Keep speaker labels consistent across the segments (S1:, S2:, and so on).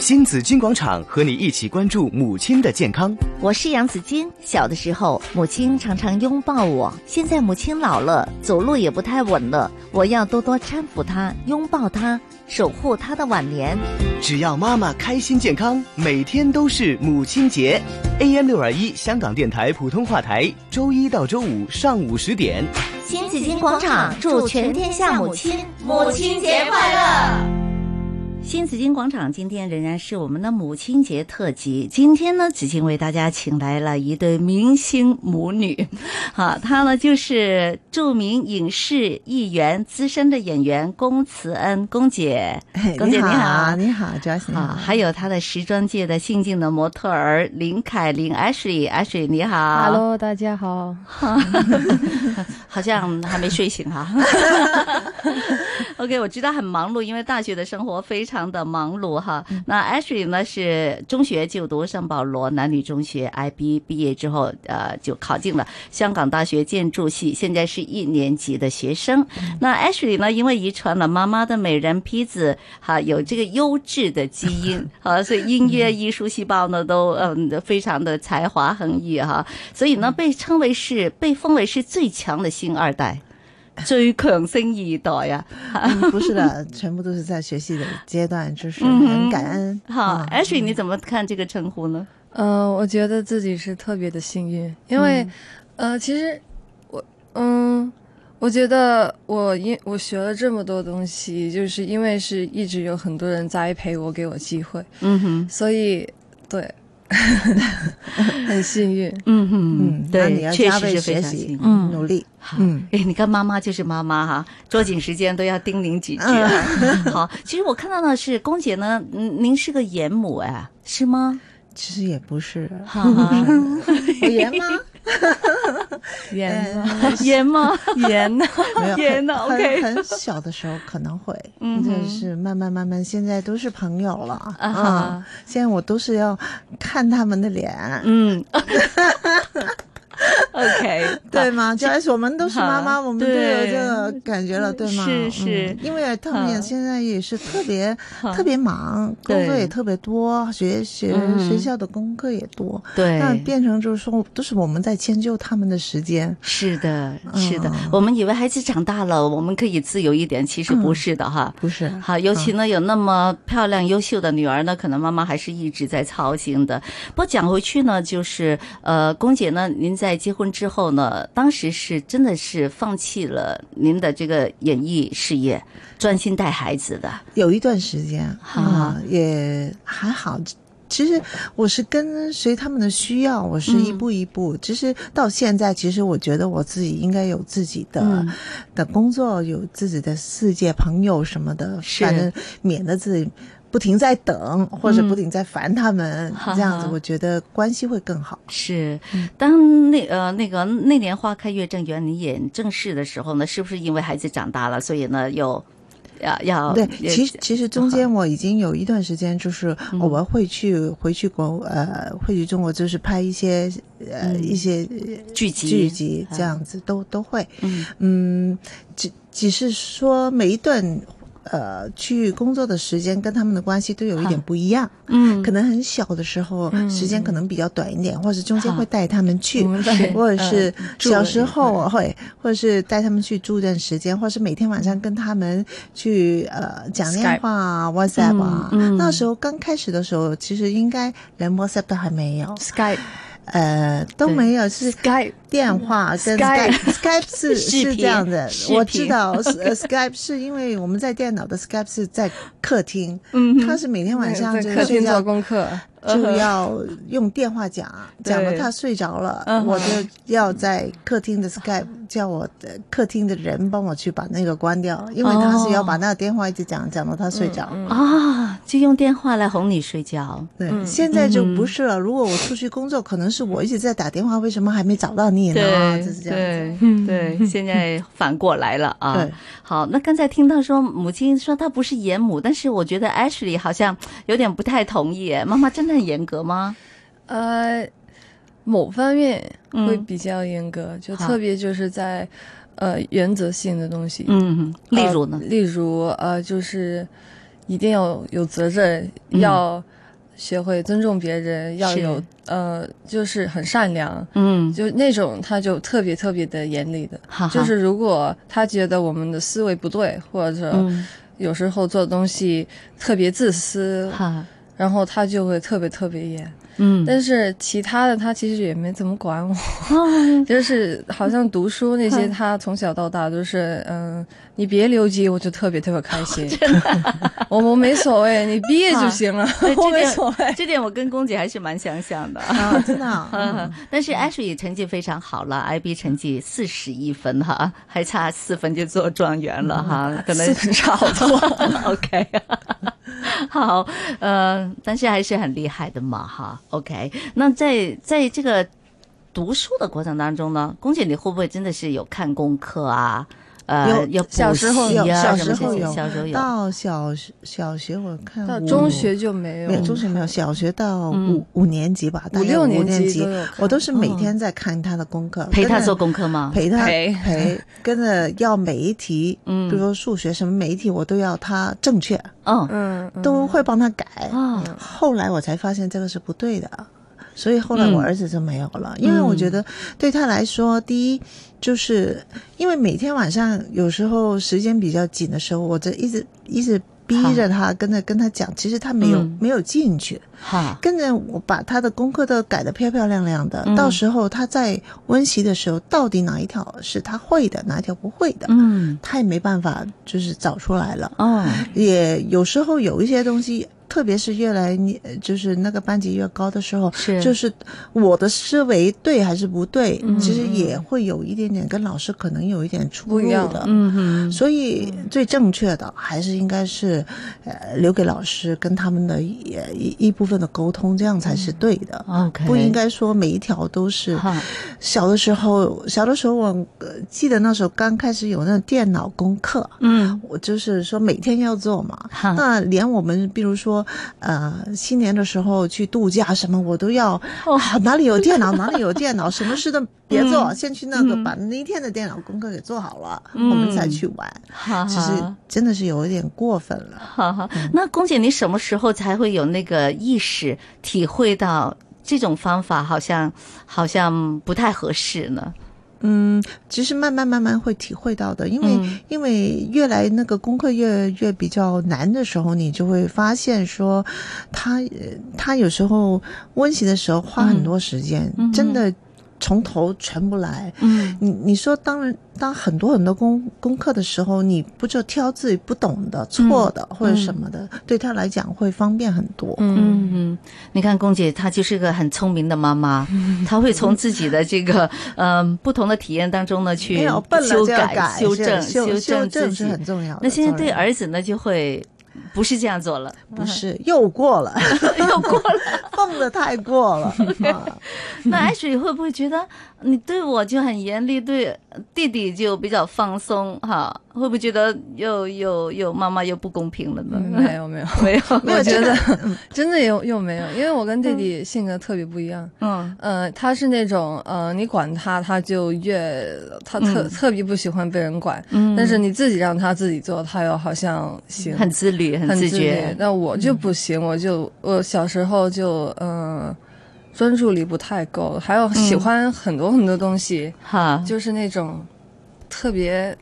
S1: 新紫金广场和你一起关注母亲的健康。
S2: 我是杨紫金。小的时候，母亲常常拥抱我。现在母亲老了，走路也不太稳了，我要多多搀扶她，拥抱她，守护她的晚 年。
S1: 只要妈妈开心健康，每天都是母亲节。AM 六二一香港电台普通话台，周一到周五上午十点。
S2: 新紫金广场祝全天下母亲
S3: 母亲节快乐！
S2: 新紫金广场今天仍然是我们的母亲节特辑。今天呢，紫金为大家请来了一对明星母女， 好，她呢就是著名影视艺员、资深的演员龚慈恩龚姐， 龚姐你好，
S4: 你好 j o y
S2: 啊，还有她的时装界的幸运的模特儿林凯琳 Ashley，Ashley 你好
S5: Hello，大家好，
S2: 好像还没睡醒哈、OK，我知道很忙碌，因为大学的生活非常的忙碌哈。那 Ashley 呢是中学就读圣保罗男女中学 IB，毕业之后呃就考进了香港大学建筑系，现在是一年级的学生。那 Ashley 呢，因为遗传了妈妈的美人坯子哈，有这个优质的基因啊，所以音乐艺术细胞呢都嗯非常的才华横溢哈，所以呢
S4: 嗯
S2: 被称为是被封为是最强的星二 代。最强星二代啊！
S4: 嗯不是的， 全部都是在学习的阶段，就是很感恩。
S2: 好
S4: 嗯
S2: ，Ashley，你怎么看这个称呼呢？
S5: 呃，我觉得自己是特别的幸运，因为，
S4: 嗯
S5: 呃，其实我，嗯，我觉得我因我学了这么多东西，就是因为是一直有很多人栽培我，给我机会，
S2: 嗯哼，
S5: 所以对， 很 幸运。
S2: 嗯哼，
S4: 那你
S2: 对，
S4: 要
S2: 确
S4: 加
S2: 实
S4: 倍
S2: 是非
S4: 学
S2: 常幸
S4: 习，
S2: 运。
S4: 嗯，努力。嗯，
S2: 哎，你看妈妈就是妈妈 哈，抓紧时间都要叮咛几句啊。
S4: 嗯
S2: 好，其实我看到的是，龚姐呢，嗯您是个严母哎，是吗？
S4: 其实也 不是，
S2: 哈哈，
S4: 我严 吗？
S5: 圆
S4: 嗯
S2: 严 吗？
S5: 圆呢？
S4: 没有
S2: 严
S4: 很
S2: 呢，OK
S4: 很很小的时候可能会，
S2: 嗯哼
S4: 就是慢慢慢慢，现在都是朋友了
S2: 啊
S4: 啊
S2: 哈。
S4: 现在我都是要看他们的脸，
S2: 嗯 ，OK，
S4: 对吗？主要是我们都是妈妈，
S2: 好
S4: 我们都有
S2: 对
S4: 这个感觉了，对吗？
S2: 是
S4: 嗯
S2: 是
S4: 因为他们
S2: 好
S4: 也现在也是特别
S2: 好
S4: 特别忙，工作
S2: 对
S4: 也特别多，学学
S2: 嗯
S4: 学校的功课也多，那
S2: 对。
S4: 变成就是说，都是我们在迁就他们的时间。
S2: 是的，是的
S4: 嗯，
S2: 我们以为孩子长大了，我们可以自由一点，其实
S4: 嗯
S2: 不是的哈。
S4: 不是，
S2: 好，尤
S4: 嗯
S2: 其呢有那么漂亮优秀的女儿呢，可能妈妈还是一直在操心的。不过讲回去呢，就是呃，龚姐呢，您在结婚之后呢，当时是真的是放弃了您的这个演艺事业，专心带孩子的。
S4: 有一段时间
S2: 哈
S4: 啊、也还好。其实我是跟随他们的需要，我
S2: 嗯
S4: 是一步一步。其实到现在，其实我觉得我自己应该有自己的、
S2: 嗯
S4: 的工作，有自己的世界、朋友什么的，
S2: 是
S4: 反正免得自己不停在等，或者
S2: 嗯
S4: 不停在烦他们。
S2: 哈哈
S4: 这样子，我觉得关系会更好。
S2: 是，当那呃那个那年花开月正圆，你演正式的时候呢，是不是因为孩子长大了，所以呢又要要
S4: 对，
S2: 哦也嗯
S4: 其实其实中间我已经有一段时间，就是偶尔会去、回去国呃，会去中国，就是拍一些呃、
S2: 嗯
S4: 一些
S2: 聚集
S4: 剧集这样子，都都会。
S2: 嗯
S4: 嗯，只只是说每一段呃去工作的时间跟他们的关系都有一点不一样，
S2: 嗯
S4: 可能很小的时候、时间可能比较短一点，或者中间
S2: 好
S4: 会带他们去
S5: 我，们在
S4: 或者是
S5: 嗯住
S4: 小
S5: 了
S4: 时
S5: 一
S4: 候会，或者是带他们去住一段时间，或是每天晚上跟他们去呃讲电
S5: Skype
S4: 话啊、WhatsApp 啊。
S2: 嗯嗯
S4: 那时候刚开始的时候，其实应该连 WhatsApp 都还没有，
S5: Skype
S4: 呃，都
S2: 对
S4: 没有，是
S5: Skype
S4: 电话跟
S5: Skype
S4: Skype 是
S2: 嗯视
S4: 是
S2: 频
S4: 这样的
S2: 视，频
S4: 我知道是呃 Skype 是因为我们在电脑的 Skype 是在客厅，
S2: 嗯哼嗯
S4: 他是每天晚上
S5: 在
S4: 就
S5: 客
S4: 是
S5: 厅
S4: 睡
S5: 做
S4: 觉
S5: 功课，
S4: 就要用电话讲，讲了他睡着了
S2: 嗯，哼
S4: 我就要在客厅的 Skype 叫我的客厅的人帮我去把那个关掉，因为他是要
S2: 哦
S4: 把那个电话一直讲，讲到他睡
S2: 嗯
S5: 嗯
S4: 着。
S2: 啊，就用电话来哄你睡觉。
S4: 对，现在就
S2: 嗯
S4: 不是了。如果我出去工作，可能是我一直在打电话，为什么还没找到你呢？
S2: 啊
S4: 就是这样子。
S2: 对 对，现在反过来了啊
S4: 对。
S2: 好，那刚才听到说母亲说她不是严母，但是我觉得 Ashley 好像有点不太同意。妈妈真的很严格吗？
S5: 呃，某方面会
S2: 嗯
S5: 比较严格，就
S2: 好
S5: 特别就是在呃原则性的东西，
S2: 嗯，例如呢
S5: 呃？例如呃，就是一定要有责任，
S2: 嗯
S5: 要学会尊重别人，要
S2: 是
S5: 有呃，就是很善良，
S2: 嗯，
S5: 就那种他就特别特别的严厉的，
S2: 啊哈哈
S5: 就是如果他觉得我们的思维不对，或者
S2: 嗯
S5: 有时候做东西特别自私，
S2: 哈
S5: 然后他就会特别特别严。
S2: 嗯
S5: 但是其他的他其实也没怎么管我，
S2: 哦
S5: 就是好像读书那些，
S2: 嗯
S5: 他从小到大都是，嗯，你别留级，我就特别特别开
S2: 哦
S5: 心。 我我没所谓，你毕业就行了，
S2: 对
S5: 我
S2: 这
S5: 没
S2: 点
S5: 所谓。
S2: 这点我跟公姐还是蛮相像的。
S4: 啊，真的啊、
S2: 嗯，但是 Ashley 成绩非常好了，IB 成绩四十一分哈，还差四分就做状元了哈，可能
S5: 四分差好
S2: 多。OK，好，呃，但是还是很厉害的嘛哈。OK，那在在这个读书的过程当中呢，龚姐你会不会真的是有看功课啊？呃，
S4: 有
S2: 有补
S5: 小时候
S2: 习
S5: 有
S2: 啊
S5: 小
S2: 什么
S5: 时候
S2: 这些
S4: 有
S2: 小时候有，
S4: 到小学小学我看
S5: 到
S4: 我
S5: 中学就嗯没有，
S4: 没有中学没有，小学到五、
S2: 嗯
S4: 五年级吧，大概
S5: 六
S4: 年
S5: 年级
S4: 级
S5: 都有看
S4: 我都是每天在看他的功课，
S2: 陪她
S4: 跟着
S2: 做功课吗？
S4: 陪他
S5: 陪
S4: 陪，跟着要每一题，
S2: 嗯
S4: 比如说数学什么每一题我都要他正确，
S2: 嗯
S5: 嗯，嗯
S4: 都会帮他改。
S2: 啊，
S4: 后来我才发现这个是不对的，所以后来
S2: 嗯
S4: 我儿子就没有了，因为我觉得对他来说，第一就是因为每天晚上有时候时间比较紧的时候，我这一直一直逼着他跟着跟他讲，其实他没有、
S2: 嗯
S4: 没有进去，
S2: 哈，
S4: 跟着我把他的功课都改得漂漂亮亮的，
S2: 嗯
S4: 到时候他在温习的时候，到底哪一条是他会的，哪一条不会的，
S2: 嗯，
S4: 他也没办法就是找出来了。
S2: 哦，
S4: 也有时候有一些东西，特别是越来你呃就是那个班级越高的时候，
S2: 是
S4: 就是我的思维对还是不对，
S5: 嗯
S4: 其实也会有一点点跟老师可能有一点出
S5: 不
S4: 入
S5: 一样
S4: 的。
S2: 嗯哼。
S4: 所以最正确的还是应该是，呃，留给老师跟他们的一一一部分的沟通，这样才是对的。
S5: 嗯
S2: OK，
S4: 不应该说每一条都是。
S2: 哈，
S4: 小的时候，小的时候我、呃记得那时候刚开始有那种电脑功课，
S2: 嗯，
S4: 我就是说每天要做嘛。
S2: 哈
S4: 那连我们比如说，呃，新年的时候去度假什么，我都要、
S2: 哦
S4: 啊哪里有电脑哪里有电脑，什么事 都别做，
S2: 嗯
S4: 先去那个
S2: 嗯
S4: 把那一天的电脑功课给做好了，
S2: 嗯
S4: 我们再去玩。
S2: 哈
S4: 其实
S2: 哈，
S4: 真的是嗯有一点过分了。
S2: 哈哈。那龚姐，你什么时候才会有那个意识，体会到这种方法好像好像不太合适呢？
S4: 嗯，其实慢慢慢慢会体会到的，因为、
S2: 嗯
S4: 因为越来那个功课越越比较难的时候，你就会发现说，他呃他有时候温习的时候花很多时间，
S2: 嗯嗯哼
S4: 真的从头全部来。
S2: 嗯
S4: 你你说，当然，当很多很多功功课的时候，你不就挑自己不懂的、错的或者什么的，对他来讲会方便很多。
S5: 嗯，
S2: 嗯嗯，你看龚姐，她就是个很聪明的妈妈，
S4: 嗯
S2: 她会从自己的这 个嗯不同的体验当中呢去
S4: 没有笨了
S2: 修
S4: 就要改，
S2: 修
S4: 是
S2: 正、
S4: 修
S2: 正自
S4: 正
S2: 己
S4: 是。很重要的。
S2: 那现在
S4: sorry
S2: 对儿子呢，就会不是这样做了，
S4: 不是 又过了。
S2: 又过了。
S4: 放的太过了。啊
S2: 那艾水会不会觉得你对我就很严厉，对弟弟就比较放松哈？会不会觉得又又又妈妈又不公平了呢？
S5: 嗯 没有没有，
S2: 没有，
S4: 没有
S5: 我觉得
S4: 这个
S5: 真的嗯又又没有，因为我跟弟弟性格特别不一样。
S2: 嗯
S5: 呃，他是那种呃，你管他，他就越他特、
S2: 嗯
S5: 特别不喜欢被人管，
S2: 嗯
S5: 但是你自己让他自己做，他又好像行，
S2: 很自律，很
S5: 很
S2: 自
S5: 律
S2: 觉。嗯
S5: 那我就不行，我就我小时候就嗯、呃专注力不太够，还
S2: 嗯
S5: 有喜欢很多很多东西，
S2: 哈，
S5: 就是那种特别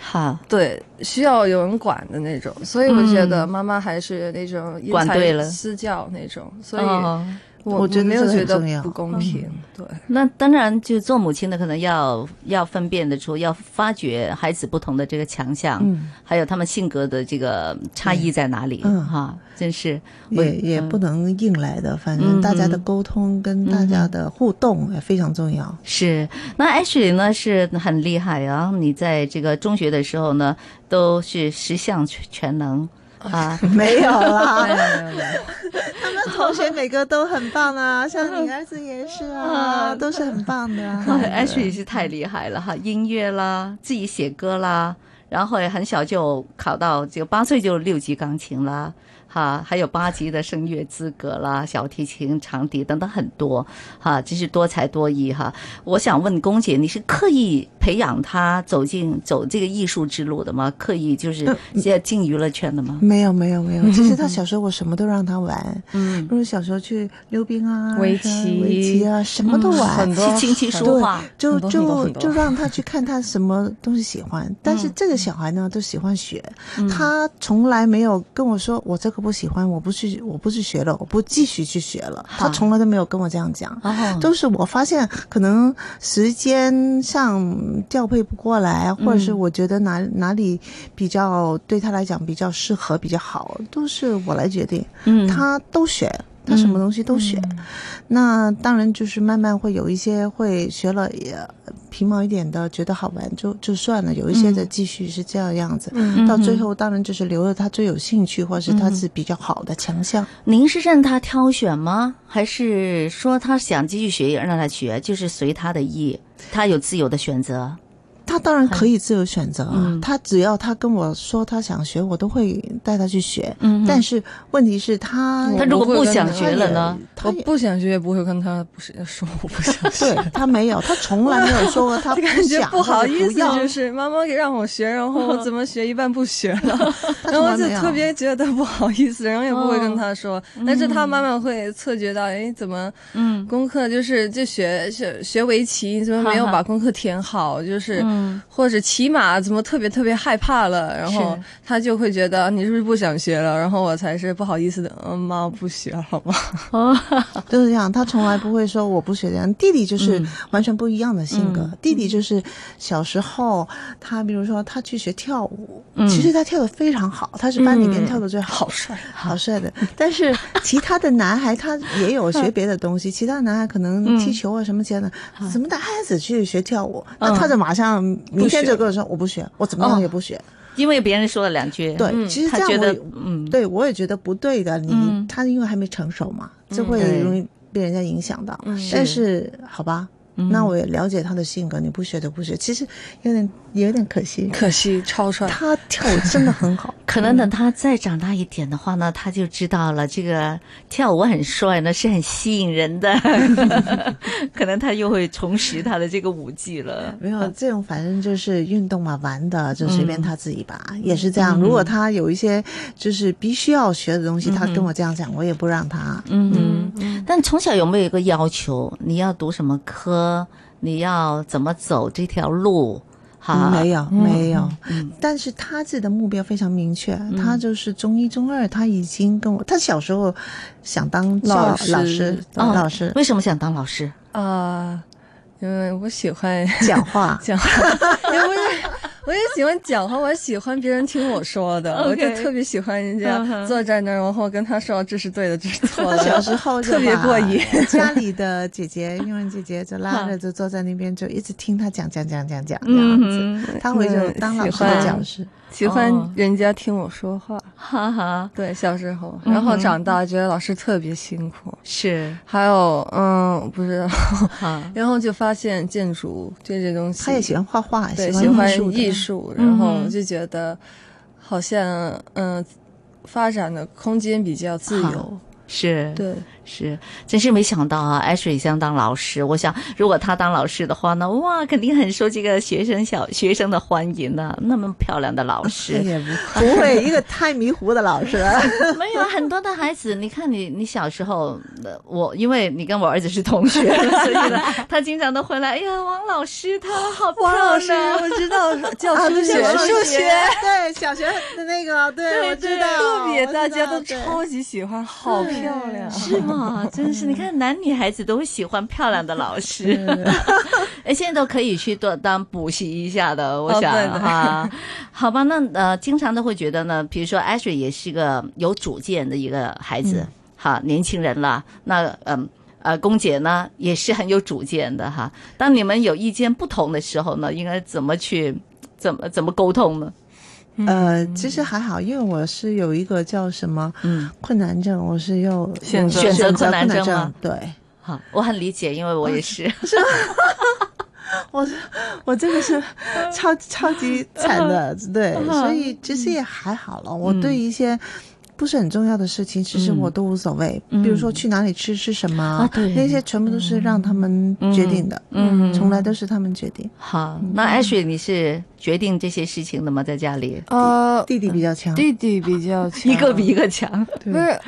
S2: 哈，
S5: 对需要有人管的那种，所以我觉得妈妈还是那种
S2: 嗯
S5: 因
S2: 管
S5: 材
S2: 对了
S5: 施教那种，所以嗯我、
S2: 哦，
S4: 我觉得
S5: 没
S4: 这
S5: 有
S4: 个
S5: 觉
S4: 很
S5: 得
S4: 重要嗯
S5: 不公平，对。
S2: 那当然，就做母亲的可能要要分辨得出，要发掘孩子不同的这个强项，
S4: 嗯
S2: 还有他们性格的这个差异在哪里，
S4: 嗯
S2: 哈，真是我
S4: 也也
S2: 嗯
S4: 不能硬来的，反
S2: 嗯
S4: 正大家
S2: 嗯
S4: 的沟通跟大家的互动也非常重要。。
S2: 是，那 Ashley 呢是很厉害啊！你在这个中学的时候呢，都是十项全全能啊
S4: 没有啦，
S5: 没有没有没有
S4: 他们同学每个都很棒啊，像你儿子也是啊，都是很棒的 啊。
S2: Ashley 是太厉害了哈，音乐啦，自己写歌啦，然后也很小就考到这个八岁就六级钢琴啦，哈，还有八级的声乐资格啦，小提琴、长笛等等很多，哈，真是多才多艺哈。我想问龚姐，你是刻意培养他走进走这个艺术之路的吗？刻意就是现在进娱乐圈的吗？
S4: 没有没有没有，其实他小时候我什么都让他玩，
S2: 嗯
S4: 比，如小时候去溜冰啊、
S5: 围
S4: 什么
S5: 棋
S4: 围棋啊，什么都玩
S5: 很。多
S2: 琴棋书画，
S4: 就
S5: 很多很多
S4: 就
S5: 很多嗯
S4: 就让他去看他什么东西喜欢，但是这个小孩呢都喜欢学，他从来没有跟我说我这个不喜欢，我不去我不去学了，我不继续去学了，他从来都没有跟我这样讲。
S5: 嗯
S2: 哦，
S4: 都是我发现可能时间上调配不过来，或者是我觉得哪哪里比较对他来讲比较适合比较好，都是我来决定。
S2: 嗯
S4: 他都学，他什么东西都学。
S5: 嗯
S4: 那当然就是慢慢会有一些会学了也呃皮毛一点的，觉得好玩就就算了，有一些的继续是这样样子。
S5: 嗯
S4: 到最后当然就是留了他最有兴趣或者是他是比较好的强项。
S2: 您是任他挑选吗？还是说他想继续学也让他学，就是随他的意，他有自由的选择？
S4: 他当然可以自由选择啊，
S2: 嗯
S4: 他只要他跟我说他想学，我都会带他去学。
S2: 嗯哼
S4: 但是问题是他，
S2: 他
S5: 我
S2: 如果
S5: 不会
S2: 不
S5: 跟
S2: 想
S5: 他
S2: 学了呢？
S4: 他
S5: 我
S4: 也
S5: 不想学也不会跟他不是说我不想学，
S4: 对他没有，他从来没有说过他
S5: 就
S4: 不
S5: 感觉
S4: 想
S5: 不好意
S4: 或者
S5: 思
S4: 不，要
S5: 就是妈妈让我学，然后我怎么学一半不学了，
S4: 他
S5: 然
S4: 从
S5: 后
S4: 来
S5: 就
S4: 没有
S5: 特别觉得不好意思，然后也不会
S2: 哦
S5: 跟他说。但是他妈妈会察觉到，哎，怎么
S2: 嗯
S5: 功课就是就学学学围棋，怎么没有
S2: 哈哈
S5: 把功课填好？就是
S2: 嗯
S5: 或者骑马怎么特别特别害怕了，然后
S2: 是
S5: 他就会觉得你是不是不想学了？然后我才是不好意思的，嗯，妈我不学好吗？
S2: 哦，
S4: 就是这样，他从来不会说我不学这样。弟弟就是完全不一样的性格，
S2: 嗯
S4: 弟弟就是小时候他比如说他去学跳舞，
S2: 嗯
S4: 其实他跳的非常好，他是班里面跳的最好
S5: 好帅，
S4: 好帅的。但是其他的男孩他也有学别的东西，其他男孩可能
S2: 嗯
S4: 踢球啊什么其他的，怎么带孩子去学跳舞？那
S2: 嗯
S4: 他就马上明天就跟我说我不学，我怎么样也不学。
S2: 因为别人说了两句，
S4: 对，其实
S2: 哦他
S4: 这
S2: 觉
S4: 样我
S2: 得
S4: 也
S2: 嗯，
S4: 对我也觉得不对的。你、
S2: 嗯
S4: 他因为还没成熟嘛，
S2: 对
S4: 就
S2: 嗯
S4: 会容易被人家影响到。但是好吧。那我也了解他的性格，你不学就不学，其实有点有点可惜。
S2: 嗯
S5: 可惜超帅。
S4: 他跳舞真的很好，
S2: 可能等他再长大一点的话呢，他就知道了这个跳舞很帅呢，是很吸引人 的，可能他又会重拾他的这个舞技了。
S4: 没有这种，反正就是运动嘛，玩的就随便他自己吧，也是这样。如果他有一些就是必须要学的东西，他跟我这样讲，我也不让他。
S2: 嗯，但从小有没有一个要求？你要读什么科？你要怎么走这条路？哈，
S4: 没有，没有，啊嗯但是他自己的目标非常明确，他就是中一、中二，他已经跟我，他小时候想当教
S5: 老师
S4: 老师，嗯
S2: 哦
S4: 老师
S2: 为什么想当老师？
S5: 啊，因为我喜欢，
S4: 讲话
S5: 讲话， 因为我也我也喜欢讲话，我喜欢别人听我说的
S2: OK 嗯
S5: 我就特别喜欢人家坐在那儿，然后跟他说这是对的，这是 错
S4: 他
S5: 的。
S4: 小时候就
S5: 特别
S4: 把
S5: 过瘾
S4: 家里的姐姐、佣人姐姐就拉着，就坐在那边，就一直听他讲讲讲讲讲这样子。
S2: 嗯哼，
S4: 他回去
S5: 嗯
S4: 当老师
S5: 喜欢
S4: 的讲师，
S5: 喜欢
S2: 哦
S5: 人家听我说话，
S2: 哈哈，
S5: 对，小时候，
S2: 嗯
S5: 然后长大觉得老师特别辛苦，
S2: 是
S5: 还有，嗯，不知道，
S2: 哈，
S5: 然后就发现建筑这些东西，
S4: 他也喜欢画画，
S5: 对，喜
S4: 喜
S5: 欢
S4: 艺术的
S5: 艺术，
S2: 嗯
S5: 然后就觉得好像嗯、发展的空间比较自由
S2: 好。是，
S5: 对，
S2: 是，真是没想到啊！Ashley 想当老师，我想如果他当老师的话呢，哇，肯定很受这个学生小学生的欢迎呢、那么漂亮的老
S5: 哎
S2: 师，
S4: 也不不会一个太迷糊的老 师。
S2: 没有啊很多的孩子，你看你你小时候，呃我因为你跟我儿子是同 学，所以呢，他经常都回来，哎呀，王老师他好漂
S5: 王老师，
S2: 亮。啊
S5: 我知道教数学，
S4: 小
S5: 啊数
S4: 学，对小学的那个，对，我知道，
S5: 特别
S4: 我知
S5: 大家
S4: 道
S5: 都超级喜欢，好漂亮。
S2: 是 吗？真是，你
S5: 嗯
S2: 看男女孩子都喜欢漂亮的老师， 哎，现在都可以去多当补习一下的，我
S5: 哦
S2: 想
S5: 对的
S2: 哈、好吧，那呃，经常都会觉得呢，比如说 Ashley 也是个有主见的一个孩子，
S5: 嗯
S2: 哈，年轻人了，那嗯。呃，龚姐呢也是很有主见的哈。当你们有意见不同的时候呢，应该怎么去，怎么怎么沟通呢？
S5: 嗯
S4: 呃，其实还好，因为我是有一个叫什么
S2: 嗯，
S4: 困难症，我是有
S5: 选择
S4: 有
S2: 选择困
S4: 困
S2: 难症
S4: 症
S2: 吗
S4: 对，
S2: 好，我很理解，因为我也是。
S4: 我我这个是超超级惨的，对，所以其实也还好了。我对一些不是很重要的事情，其实
S2: 嗯
S4: 我都无所谓。
S2: 嗯
S4: 比如说去哪里吃、吃什么，
S2: 啊对
S4: 那些全部都是让他们决定的，
S2: 嗯
S4: 从来都是他们决定。
S2: 好，那 Ashley 你是决定这些事情的吗？在家里，
S5: 呃，
S4: 弟弟比较强，
S5: 弟弟比较 强，
S2: 一个比一个哦强。
S4: 对
S5: 不是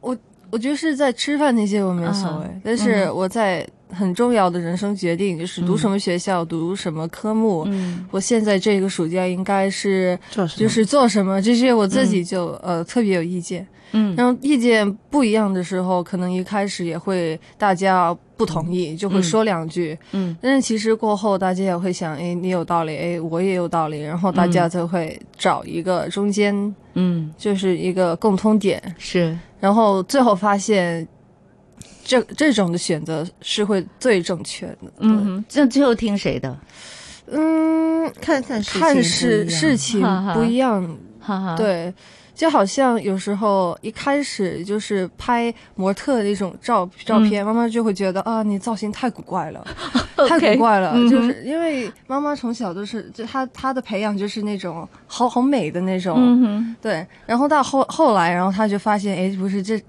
S5: 我，我觉得是在吃饭那些我没所谓，
S2: 啊
S5: 但是我在很重要的人生决定，就是读什么学校、读什么科目，
S2: 嗯
S5: 我现在这个暑假应该是
S4: 做什么
S5: 就是做什么，这些我自己就、呃特别有意见。
S2: 嗯
S5: 然后意见不一样的时候，可能一开始也会大家不同意，就会说两句。
S2: 嗯
S5: 但是其实过后，大家也会想，哎，你有道理，哎，我也有道理，然后大家
S4: 嗯
S5: 就会找一个中间，
S2: 嗯，
S5: 就是一个共通点，
S2: 是
S5: 然后最后发现这这种的选择是会最正确的。对
S2: 嗯，哼，这最后听谁的？
S5: 嗯，
S4: 看看事情
S5: 看事
S4: 不一样
S5: 事情不一样，
S2: 哈哈，，
S5: 对。就好像有时候一开始就是拍模特的一种照照
S2: 嗯
S5: 片，妈妈就会觉得啊，你造型太古 怪了，太古怪了。
S2: 嗯哼
S5: 就是因为妈妈从小就是，就她她的培养就是那种好好美的那种，
S2: 嗯哼，
S5: 对，然后到后后来，然后他就发现，哎，不是这，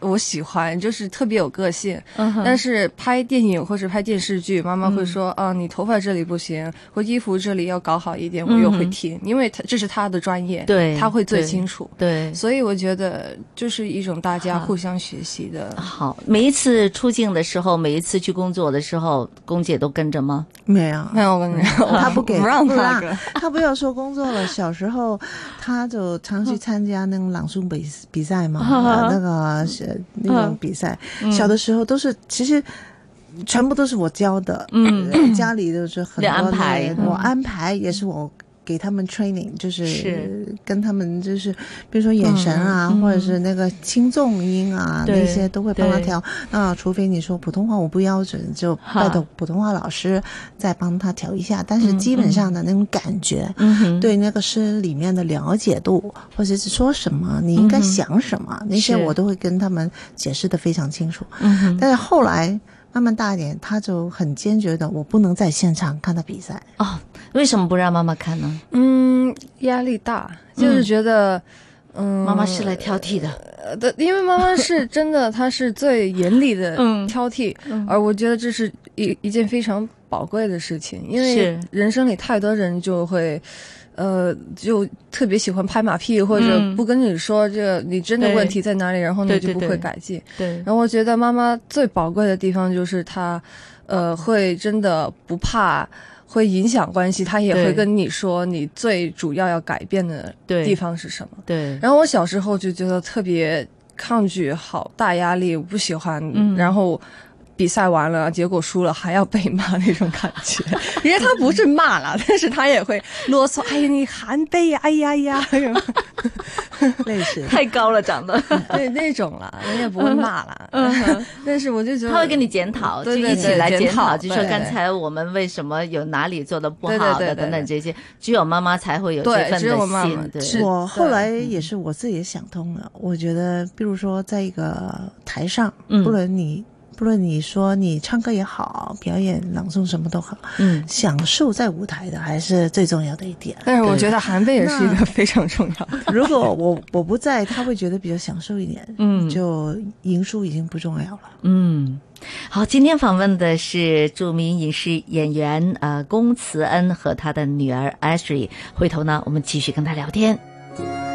S5: 我喜欢，就是特别有个性。
S2: 嗯哼，
S5: 但是拍电影或是拍电视剧，妈妈会说、啊，你头发这里不行，或衣服这里要搞好一点，我又会
S2: 嗯哼
S5: 听，因为他这是他的专业，
S2: 对
S5: 他会最
S2: 对
S5: 清楚。
S2: 对。啊
S5: 所以我觉得就是一种大家
S2: 好
S5: 互相学习的。
S2: 好，每一次出境的时候，每一次去工作的时候，龚姐都跟着吗？
S4: 没有。
S5: 没有，我跟你
S2: 嗯
S5: 说，
S4: 他不给，
S5: 不让
S4: 不
S5: 他
S4: 让。他不要说工作了。小时候，他就常去参加那种朗诵比比 赛嘛，啊那个是那种
S2: 嗯
S4: 比赛。小的时候都是，其实全部都是我教的，嗯，家里就是很多
S2: 你安排嗯
S4: 那个我安排也是我。给他们 training 就是
S2: 是
S4: 跟他们就是，比如说眼神啊，或者是那个轻重音啊，
S2: 嗯对
S4: 那些都会帮他
S2: 对
S4: 调。那除非你说普通话我不标准，就
S2: 哈
S4: 拜托普通话老师再帮他调一下。但是基本上的那种感觉，
S2: 嗯哼，
S4: 对那个诗里面的了解度，或者是说什么，你应该想什么，那
S2: 是
S4: 些我都会跟他们解释的非常清楚。
S2: 嗯哼，
S4: 但是后来慢慢大一点，他就很坚决的，我不能在现场看他比赛。
S2: 哦，为什么不让妈妈看呢？
S5: 嗯，压力大，就是觉得，嗯，
S2: 妈妈是来挑剔的，
S5: 呃对，因为妈妈是真的，她是最严厉的
S2: 嗯
S5: 挑剔，
S2: 嗯
S5: 而我觉得这是一一件非常宝贵的事情，因为
S2: 是
S5: 人生里太多人就会。呃，就特别喜欢拍马屁，或者
S2: 嗯
S5: 不跟你说这个你真的
S2: 对
S5: 问题在哪里，然后
S2: 对
S5: 你
S2: 对
S5: 就不
S2: 对
S5: 会改进。
S2: 对
S5: 然后我觉得妈妈最宝贵的地方就是她，呃，会真的不怕，会影响关系，她也
S2: 对
S5: 会跟你说你最主要要改变的
S2: 对
S5: 地方是什么。
S2: 对，
S5: 然后我小时候就觉得特别抗拒，好大压力，我不喜欢。
S2: 嗯
S5: 然后比赛完了，结果输了还要被骂那种感觉。因为他不是骂了，但是他也会啰嗦，哎呀，你含杯呀，哎呀呀，
S4: 类似
S2: 太高了，长得，
S5: 那那种了，人也不
S2: 嗯
S5: 会骂了。但是我就觉得
S2: 他会跟你检讨，就
S5: 对对
S2: 一起
S5: 对
S2: 来
S5: 检
S2: 检
S5: 讨
S2: 讨，就说
S5: 对
S2: 刚才我们为什么有哪里做的不
S5: 对对
S2: 好
S5: 对
S2: 的
S5: 对
S2: 等等
S5: 对
S2: 这些，只有妈妈才会有这
S5: 对
S2: 份
S5: 只有
S2: 的
S5: 妈妈
S2: 心，
S5: 是
S2: 对，
S4: 我后
S5: 对
S4: 来也是我自己也想通了，我觉得，比如说在一个台上，
S2: 嗯
S4: 不论你不论你说你唱歌也好，表演朗诵什么都好，
S2: 嗯，
S4: 享受在舞台的还是最重要的一点。
S5: 但是我觉得含杯也是一
S4: 那
S5: 个非常重要的。
S4: 如果我我不在，他会觉得比较享受一点，
S2: 嗯
S4: 就赢输已经不重要了。
S2: 嗯，好，今天访问的是著名影视演员呃龚慈恩和他的女儿 Ashley。回头呢，我们继续跟他聊天。